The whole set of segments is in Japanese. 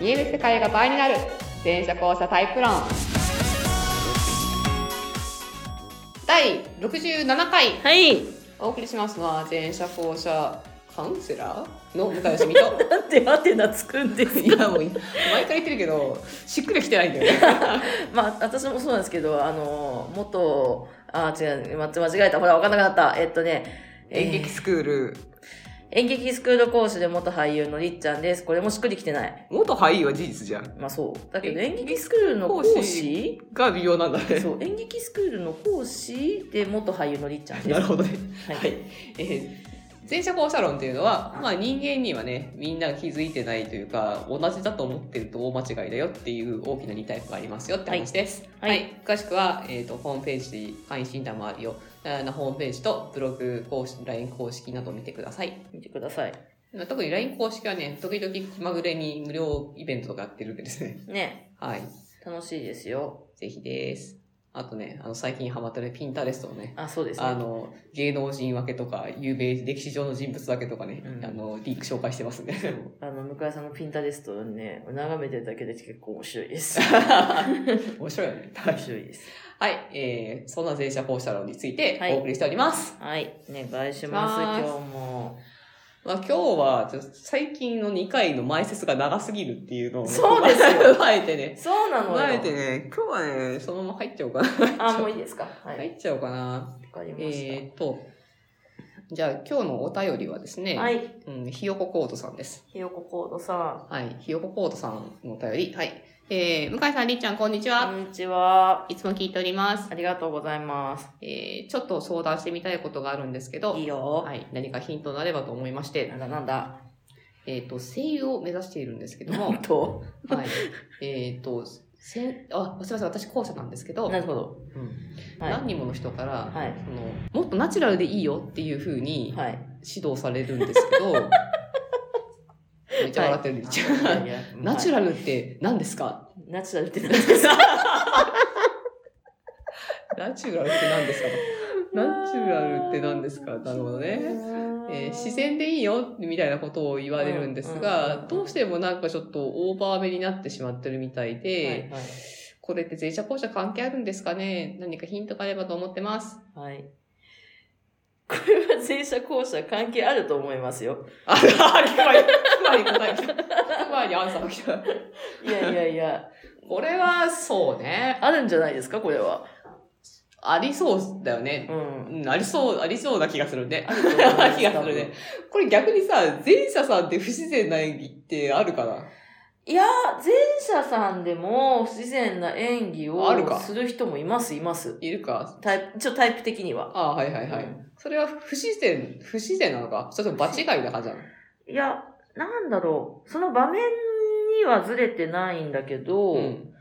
見える世界が倍になる全社交差タイプ論第67回はい。お送りしますのは全社交差カウンセラーの向井しみとなんてハテナつくんで すいやもう毎回言ってるけどしっくりは来てないんだよね まあ、私もそうなんですけど、あの、元、あ、違う、ま間違えた。ほら、わかんなくなった。えっとね、えー演劇スクール演劇スクール講師で元俳優のりっちゃんです。これもしっくりきてない。元俳優は事実じゃんまあそう。だけど、え演劇スクールの講講師師が微妙なんだねそう、演劇スクールの講師で元俳優のりっちゃんです。 なるほどねはい。はい、えー、前者後者論っていうのは、まあ、人間にはねみんなが気づいてないというか同じだと思ってると大間違いだよっていう大きな2タイプがありますよって話です、はい詳しくは、えー、とホームページ会員診断もあるよなホームページとブログ公式 LINE 公式など見てください見てください。まあ特に LINE 公式はね時々気まぐれに無料イベントとかやってるんでですねね、はい楽しいですよ。ぜひですあとねあの最近ハマってるピンタレストをねあ、そうですね。あの、芸能人分けとか、有名、歴史上の人物分けとかね、うんあの、リーク紹介してますね。あの、向井さんのピンタレストをね、眺めてるだけで結構面白い です。面白いよね。面白いです。はい、えー、そんな前者後者論についてはいお送りしております。はい、お願いします、は今ーい日も。まあ今日は、ちょっと最近の2回の前説が長すぎるっていうのを、そうですよ。あえてね。そうなのあえてよ。ね、今日はね、そのまま入っちゃおうかな。あ、もういいですか。はい。わ、入っちゃおうかな。かりました。えーと、じゃあ今日のお便りはですね、はい、うん、ひよこコートさんです。ひよこコードさはい。ひよこコートさんのお便り。はい。えー、向井さん、りっちゃん、こんにちは。ん。こんにちは。いつも聞いております。ありがとうございます。えー、ちょっと相談してみたいことがあるんですけどいい、よ。はい。何かヒントになればと思いましてな、んだなんだ。えっ、と、声優を目指しているんですけど も、はと。い。えっ、と、せんあ、すみません、私後者なんですけど、なるほど。うんはい。何人もの人から、はいその、もっとナチュラルでいいよっていうふうにはい。指導されるんですけど、めっちゃ笑ってる、めっちゃ。 ナチュララルって何ですか ル。ナチュラルって何ですかナチュラルって何 ですかナチュラルって何ですかなるほどね。えー自然でいいよみたいなことを言われるんですうんうんうがん、どうしてもなんかちょっとオーバーめになってしまってるみたいで、はいこれって前者後者関係あるんですかね何かヒントがあればと思ってます。はい。はい。これは前者後者関係あると思いますよ。あ、あ、聞こえた。聞こえた。聞こえにアンサーが来た。いやいやいや、これはそうね。あるんじゃないですか、これは。ありそうだよねう。ん。うん、ありそう、ありそうな気がするねあ。ると思いま す気がするね。これ逆にさ、前者さんって不自然な演技ってあるかないや、前者さんでも不自然な演技あるかをする人もいます、います。いるかタイプ、ちょっとタイプ的には。ああ、はいはいはい。うんそれは不自然、不自然なのかそれとも場違いな感じなのいや、なんだろう。その場面にはずれてないんだけど、ううん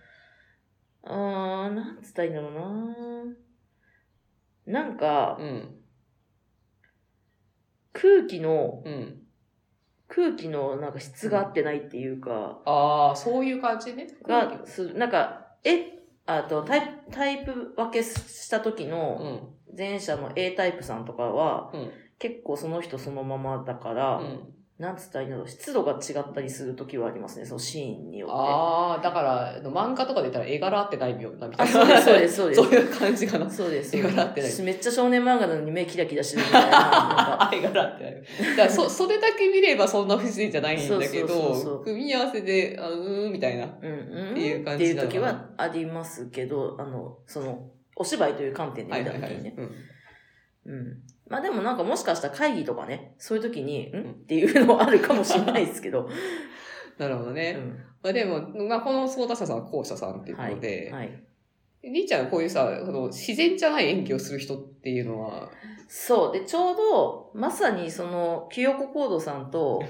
ーん、なんつったらいいんだろうな。なんか、うん。空気の、うん。空気のなんか質が合ってないっていうか、ああ、そういう感じね。が、する、なんか、え、あと、タイプ、タイプ分けした時の、うん。前者の A タイプさんとかは、うん結構その人そのままだから、うん、なんつったらいいんだろう、湿度が違ったりする時はありますね、そのシーンによって。ああ、だから、あの漫画とかで言ったら絵柄合ってないよな、みたあいな。そうです、そうです、そ そうです。ういう感じかな。そうです。絵柄合ってないめっちゃ少年漫画なのに目キラキラしてるみたいな。なん かあ絵柄合ってない。だから、そ、それだけ見ればそんな不自然じゃないんだけそうそうそうそど、う組み合わせで、あうーん、みたいな。うんうん。っていう感っていじうなのか時なはありますけど、あの、その、お芝居という観点ではい見たはい時にね。はい。うんうん。まあでもなんかもしかしたら会議とかね、そういう時に、んんっていうのはあるかもしれないですけど。なるほどうね。ん。まあでも、まあ、この相談者さんは後者さんっていうことで、はい。兄ちゃんはこういうさ、その自然じゃない演技をする人っていうのは、そう。で、ちょうど、まさにその、清子コードさんと、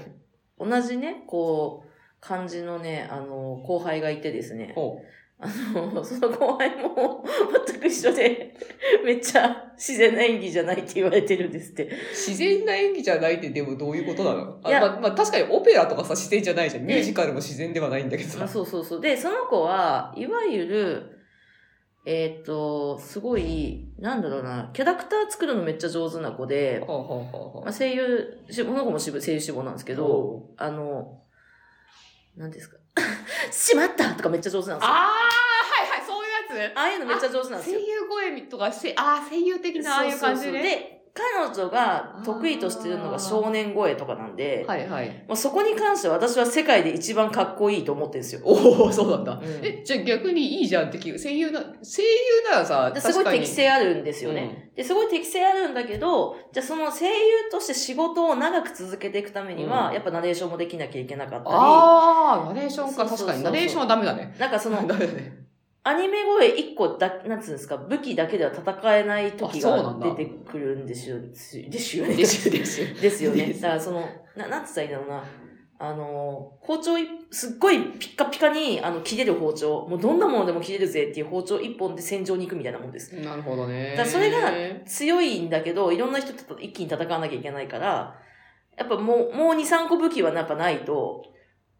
同じね、こう、感じのね、あの、後輩がいてですね。こあの、その後輩も全く一緒で、めっちゃ自然な演技じゃないって言われてるんですってう。自然な演技じゃないってでもどういうことなのあいやまあまあ確かにオペラとかさ自然じゃないじゃん。ミュージカルも自然ではないんだけどまあ、さ。そうそうそう。で、その子は、いわゆる、えーっ、と、すごい、なんだろうな、キャラクター作るのめっちゃ上手な子で、ほうほうほうほまあ、う声優、しこの子も志望声優志望なんですけど、あの、何ですか しまったとかめっちゃ上手なんですよ。ああー、はいはい、そういうやつあいうのめっちゃ上手なんです声よ。優声とかせ、ああ、声優的なああいう感じそうそうそうね。で、彼女が得意としてるのが少年声とかなんで、はいはい。もうそこに関しては私は世界で一番かっこいいと思ってるんですよ。おお、そうなんだ。うんえ、じゃあ逆にいいじゃんって聞く。声優な、声優ならさ、ですごい適で性あるんですよね。。で、すごい適性あるんだけど、じゃあその声優として仕事を長く続けていくためには、うんやっぱナレーションもできなきゃいけなかったり、ああ、ナレーションか、そうそうそう確かに。ナレーションはダメだね。なんかその、 ダメだね。アニメ声一個だ、なんつうんですか、武器だけでは戦えない時あそうながんだ出てくるんですよ、ですよ ですよね。でしゅでしゅ。ですよね。ですだからその、ななんつったらいいんだろうな。あの、包丁い、すっごいピッカピカに、あの、切れる包丁、もうどんなものでも切れるぜっていう包丁一本で戦場に行くみたいなもんです。なるほどね。だからそれが強いんだけど、いろんな人と一気に戦わなきゃいけないから、やっぱもう、もう2、3個武器はやっぱないと、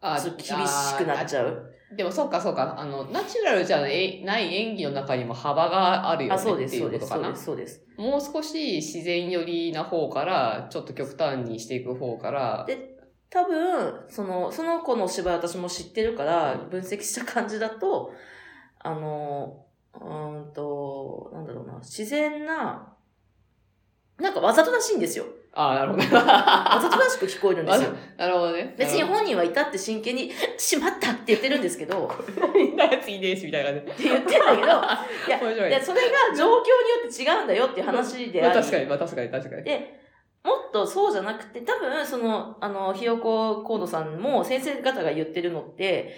あちょっと厳しくなっちゃう。あでもそうかそうか、あの、ナチュラルじゃえない演技の中にも幅があるよあ、そうねでってす、いそううこでとす、かそうなで。す、そうです。もう少し自然寄りな方から、ちょっと極端にしていく方から、で多分、その、その子の芝居私も知ってるから、分析した感じだと、あの、うーんと、なんだろうな、自然な、なんかわざとらしいんで すよ。ああ、なるほど。わざとらしく聞こえるんですよ。なるほどね。別に本人は至って真剣に、 しまったって言ってるんですけど、っみんなやついねえし、みたいな感じ。て言ってん だけど、や面白いいや、それが状況によって違うんだよっていう話でまああり。確かに、まあ確かに、確かに。で、もっとそうじゃなくて、多分、その、あの、ひよこコードさんも先生方が言ってるのって、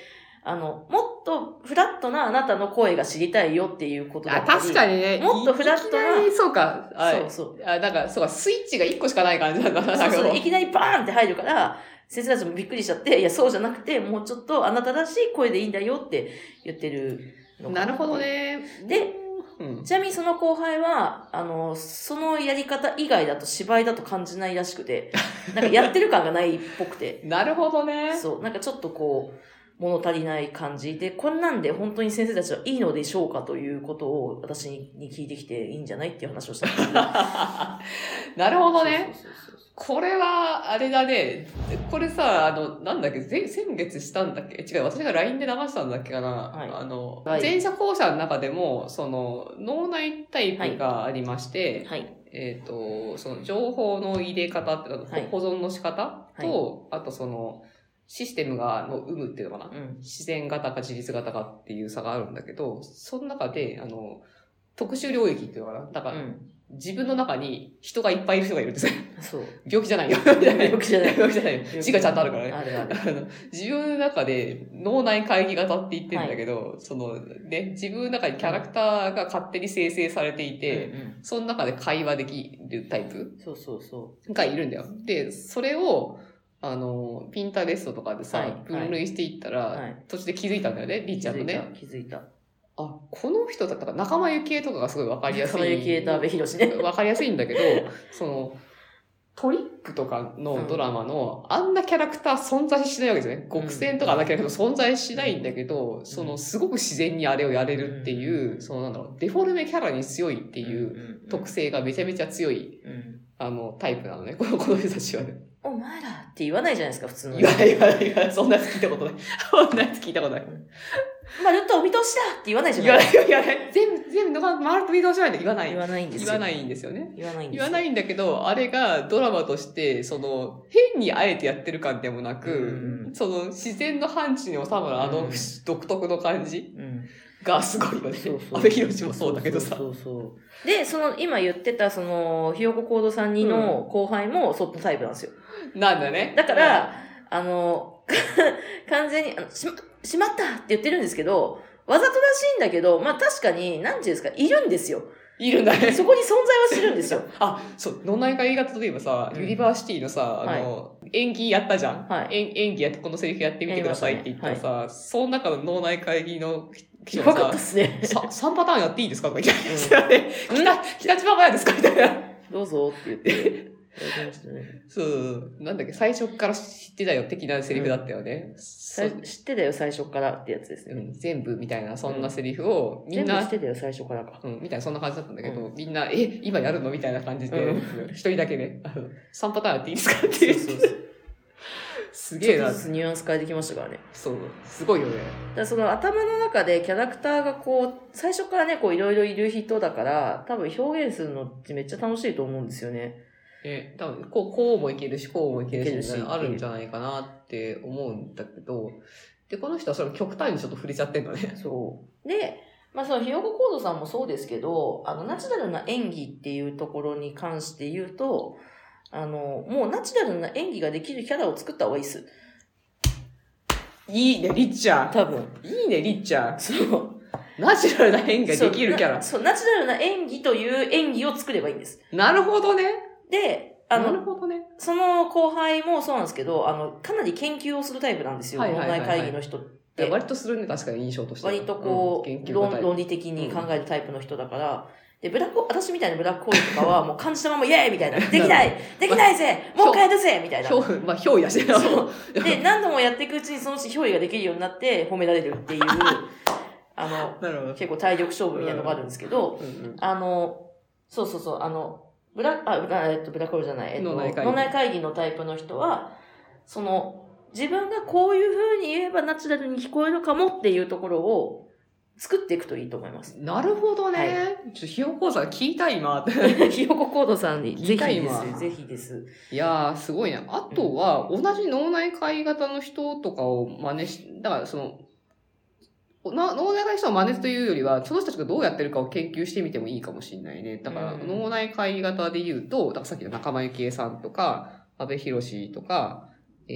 あの、もっとフラットなあなたの声が知りたいよっていうことだあったり。確かにね。もっとフラットないきりそうか。はいそうそう。あ、なんか、そうか、スイッチが1個しかない感じなんだな。そうなそんう、かいきなりバーンって入るから、先生たちもびっくりしちゃって、いや、そうじゃなくて、もうちょっとあなたらしい声でいいんだよって言ってるのかなるほど。ね。で、うん。ちなみにその後輩は、あの、そのやり方以外だと芝居だと感じないらしくて、なんかやってる感がないっぽくて。なるほどね。そう、なんかちょっとこう、物足りない感じで、こんなんで本当に先生たちはいいのでしょうかということを私に聞いてきていいんじゃないっていう話をしたんですけど。な なるほどね。。そうそうそうそうこれは、あれだね。これさ、あの、なんだっけ、前先月したんだっけ違う、私が LINE で流したんだっけかな。いあの、はい前者後者の中でも、その、脳内タイプがありまして、はい。えっ、と、その、情報の入れ方って、あのはい保存の仕方と、あとその、システムが、の有無っていうのかな。うん。自然型か自律型かっていう差があるんだけど、その中で、あの、特殊領域っていうのかな。だかうら、ん。自分の中に人がいっぱいいる人がいるん ですよ。そう。病気じゃないよ。病気じゃない病気じゃないよ。字がちゃんとあるからね。あるある。あの自分の中で脳内会議型って言ってるんだけど、そのね、自分の中にキャラクターが勝手に生成されていて、うんうんその中で会話できるタイプそうそうそがいるんだよ。で、それを、あの、ピンタレストとかでさ、はい分類していったら、う。はい。途中で気づいたんだよね、りっちゃんのね。気づいた。気づいた。あ、この人だったから仲間由紀恵とかがすごいわかりやすそい。のゆきえと阿部寛ね。 わかりやすいんだけど、その、トリックとかのドラマの、あんなキャラクター存在しないわけですよね。極戦とかあんなキャラクター存在しないんだけど、その、すごく自然にあれをやれるっていう、その、なんだろう、デフォルメキャラに強いっていうう特性がめちゃめちゃ強い、ん。うんあの、タイプなのね。このこの人たちはね。お前らって言わないじゃないですか、普通の。言わない言わない言わない。そんなやつ聞いたこと ない。そんなやつ聞いたことない。まるっとお見通しだって言わないじゃ言ないわなですいか。言わない。全部、全部、回ると見通しないんで言わない言。わないんですよ。言わないんですよね。言わ ないんです。言わないいんだけど、あれがドラマとして、その、変にあえてやってる感でもなく、うんその、自然の範疇に収まるあの、うん独特の感じうん。がすごいよねそうそ。う阿部寛もそうだけどさ。そうそうそうで、その、今言ってた、その、ひよこコードさんにの後輩もそのタイプなんですよ。なんだね。だから、あの、 完全に、あのしま、しまったって言ってるんですけど、わざとらしいんだけど、まあ確かに、なんていうんですか、いるんですよ。うん、いるんだね。そこに存在はしてるんで すよ。あ、そう、脳内科映画といえばさ、うんユニバーシティのさ、あの、演技やったじゃん。はい演演技やって、このセリフやってみてくださいって言ったらさ、その中の脳内会議の人やがばかったさっ、すね。さ3パターンやっていいですかとか言って、 北、北千葉やですかみたいな。どうぞって言って。やってましたねそう、なんだっけ、最初から知ってたよ的なセリフだったよね。そう最知ってたよ、最初からってやつですうね。ん、全部みたいな、そんなセリフを、みん全部知っな、てたよ、最初からか。うん、みたいな、そんな感じだったんだけど、うみんな、え、今やるのみたいな感じでう、一人だけね、あの3パターンやっていいですかって言って、そうそうすちげえょっなとず。つニュアンス変えてきましたからね。そう、すごいよね。だからその頭の中でキャラクターがこう、最初からね、こういろいろいる人だから、多分表現するのってめっちゃ楽しいと思うんですよね。え、多分こう、こうもいけるし、こうもいけいけるるし、しみたいなのあるんじゃないかなって思うんだけど、で、この人はそれを極端にちょっと触れちゃってんだね。そう。で、まあそのひよこコードさんもそうですけど、あの、ナチュラルな演技っていうところに関して言うと、あの、もうナチュラルな演技ができるキャラを作った方がいいっす。いいね、リッチャ多分。ー。いいね、リッチャー。そう。ナチュラルな演技ができるキャなラ。そう、ナチュラルな演技という演技を作ればいいんです。なるほどね。で、あなるの、ほどね。その後輩もそうなんですけど、あの、かなり研究をするタイプなんですよ。はい問はいはいは題い会議の人って。いや割とするね、確かに印象としては。割とこう、ん研究家論タイプ論理的に考えるタイプの人だから、で、ブラック、私みたいなブラックホールとかは、もう感じたまま、イエーイみたい な、できないできないぜもう変えるぜみたいな。ひょうまあ、憑依だしね。そうで、何度もやっていくうちにそのうち憑依ができるようになって褒められるっ ていう、あの、 なるほど。結構体力勝負みたいなのがあるんですけど、うんうんあの、そうそうそう、あの、ブラあ、ブラえっと、ブラックホールじゃない、えっと、脳内会議脳内会議のタイプの人は、その、自分がこういう風に言えばナチュラルに聞こえるかもっていうところを作っていくといいと思い ます。なるほどね。はいちょっとひよこさん聞いた今。ひよこコードさんに、ぜひ痛いでわす、ぜひです。いやー、すごいね。あとは、同じ脳内会型の人とかを真似し、だからその、おな脳内会の人を真似というよりは、その人たちがどうやってるかを研究してみてもいいかもしれないね。だから、うん脳内会型で言うと、だからさっきの仲間由紀恵さんとか、安部寛とか、え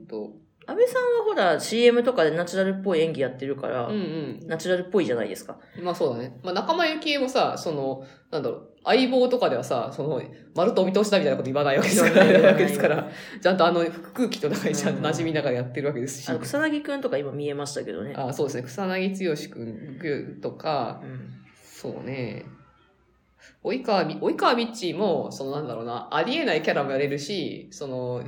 ー、っと、安倍さんはほら、CM とかでナチュラルっぽい演技やってるから、うんうん、ナチュラルっぽいじゃないですか。まあそうだね。まあ仲間由紀恵もさ、その、なんだろう、相棒とかではさ、その、丸とお見通しだみたいなこと言わないわけですから、言わないわけですからちゃんとあの、空気と中にちゃんと馴染みながらやってるわけですしあ。の、草薙くんとか今見えましたけどね。あそうですね、草薙剛くんとかう、ん。そうね、及川み、及川みっちーも、そのなんだろうな、ありえないキャラもやれるし、その、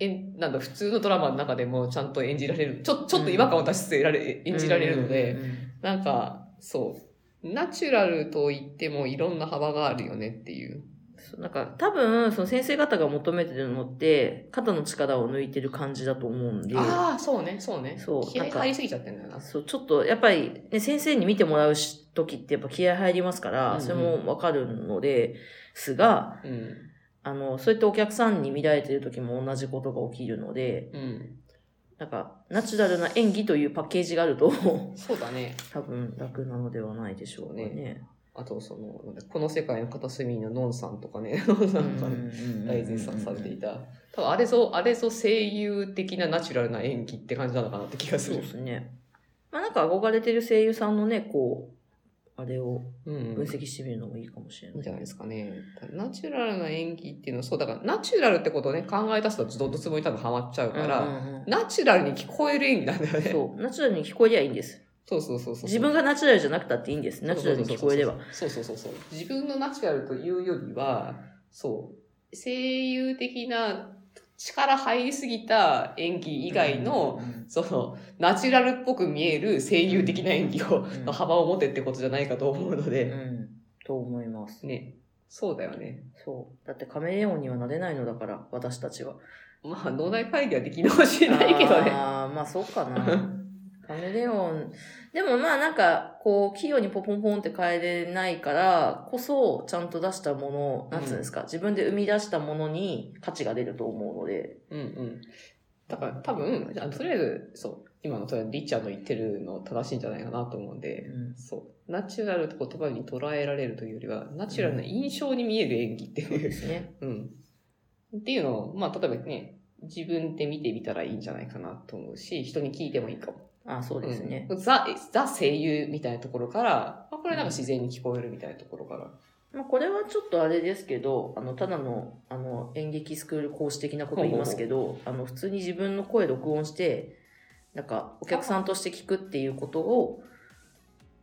えんなんだ、普通のドラマの中でもちゃんと演じられる、ちょ、ちょっと違和感を出しつつ得られ、演じられるので、うんうんうんうんなんか、そう。ナチュラルと言ってもいろんな幅があるよねっていう。そうなんか多分その先生方が求めてるのって肩の力を抜いてる感じだと思うんでああ、そうね、そうね。そう気合なんか入りすぎちゃってんだよな。そうちょっとやっぱり、ね、先生に見てもらうし時ってやっぱ気合入りますかうんうらんそれもわかるのですが、うん。あのそうやってお客さんに見られてる時も同じことが起きるのでうん。なんかナチュラルな演技というパッケージがあると そうだね。多分楽なのではないでしょうかね。あと、その、なんだこの世界の片隅のノンさんとかね、ノンさんとかね大絶賛されていたた。多分あれぞ、あれぞ声優的なナチュラルな演技って感じなのかなって気がすそうるで。すね。まあなんか憧れてる声優さんのねこうあれをうん。分析してみるのもいいかもしれない。いいんじゃないですかね。ナチュラルな演技っていうのは、そう、だからナチュラルってことをね、考え出すとどっとつぼに多分ハマっちゃうから、うんうんうんナチュラルに聞こえる演技なんだよね。そう、ナチュラルに聞こえりゃいいんです。そうそうそうそう。自分がナチュラルじゃなくたっていいんです。ナチュラルに聞こえれば。。そうそうそうそう。自分のナチュラルというよりは、そう、声優的な力入りすぎた演技以外の、その、ナチュラルっぽく見える声優的な演技を、う んの幅を持てってことじゃないかと思うのうで、ん、と思います。ね。そうだよね。そう。だってカメレオンにはなれないのだから、私た ちは。まあ、脳内会議はでき直しないけどね。ああ、まあそうかな。 カメレオン。でもまあなんか、こう、器用にポポンポンって変えれないから、こそ、ちゃんと出したもの、なんつうんですか、自分で生み出したものに価値が出ると思うので。うんうん。だから多分、あのとりあえず、そう、今のとりあえずリッチャーの言ってるの正しいんじゃないかなと思うんで、そう。ナチュラルと言葉に捉えられるというよりは、ナチュラルな印象に見える演技ってそういでう。すね。うん。っていうのを、まあ、例えばね、自分で見てみたらいいんじゃないかなと思うし、人に聞いてもいいかも。あそうですね。うんザ、ザ声優みたいなところから、あこれなんか自然に聞こえるみたいなところから。まあ、これはちょっとあれですけど、あの、ただの、あの、演劇スクール講師的なこと言いますけど、あの、普通に自分の声録音して、なんか、お客さんとして聞くっていうことを、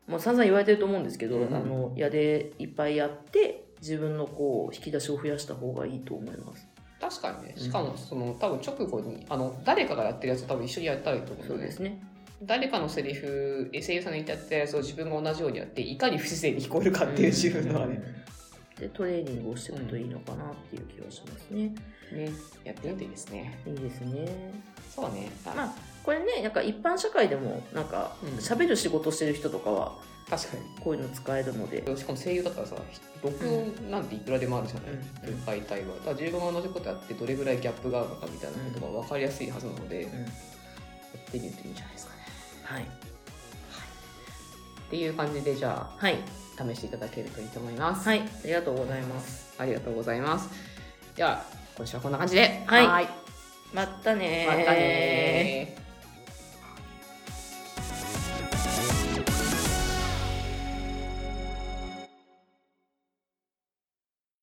もう散々言われてると思うんですけど、うんあの、やでいっぱいやって、自分のこう、引き出しを増やした方がいいと思います。確かにね、うんしかもその、多分直後に、あの、誰かがやってるやつを多分一緒にやったらいいと思うんだそようねです ね。誰かのセリフ、え声優さんが言ってやったやつを自分が同じようにやって、いかに不自然に聞こえるかっていう自分のはね、でトレーニングをしていくといいのかなっていう気はしますね。ね、やってみていいですね。いいですね。そうだね。あまあこれねなんか一般社会でもなんかうん喋る仕事してる人とかは確かに。こういうの使えるので、しかも声優だったらさ録音なんていくらでもあるじゃない、うんうん媒体はだから15万同じことやってどれぐらいギャップがあるのかみたいなことが分かりやすいはずなので、やってみるといいんじゃないですかねはいっていう感じでじゃはいあ試していただけるといいと思います、はいありがとうございます。ありがとうございますでは今週はこんな感じではいいまたねまーたねー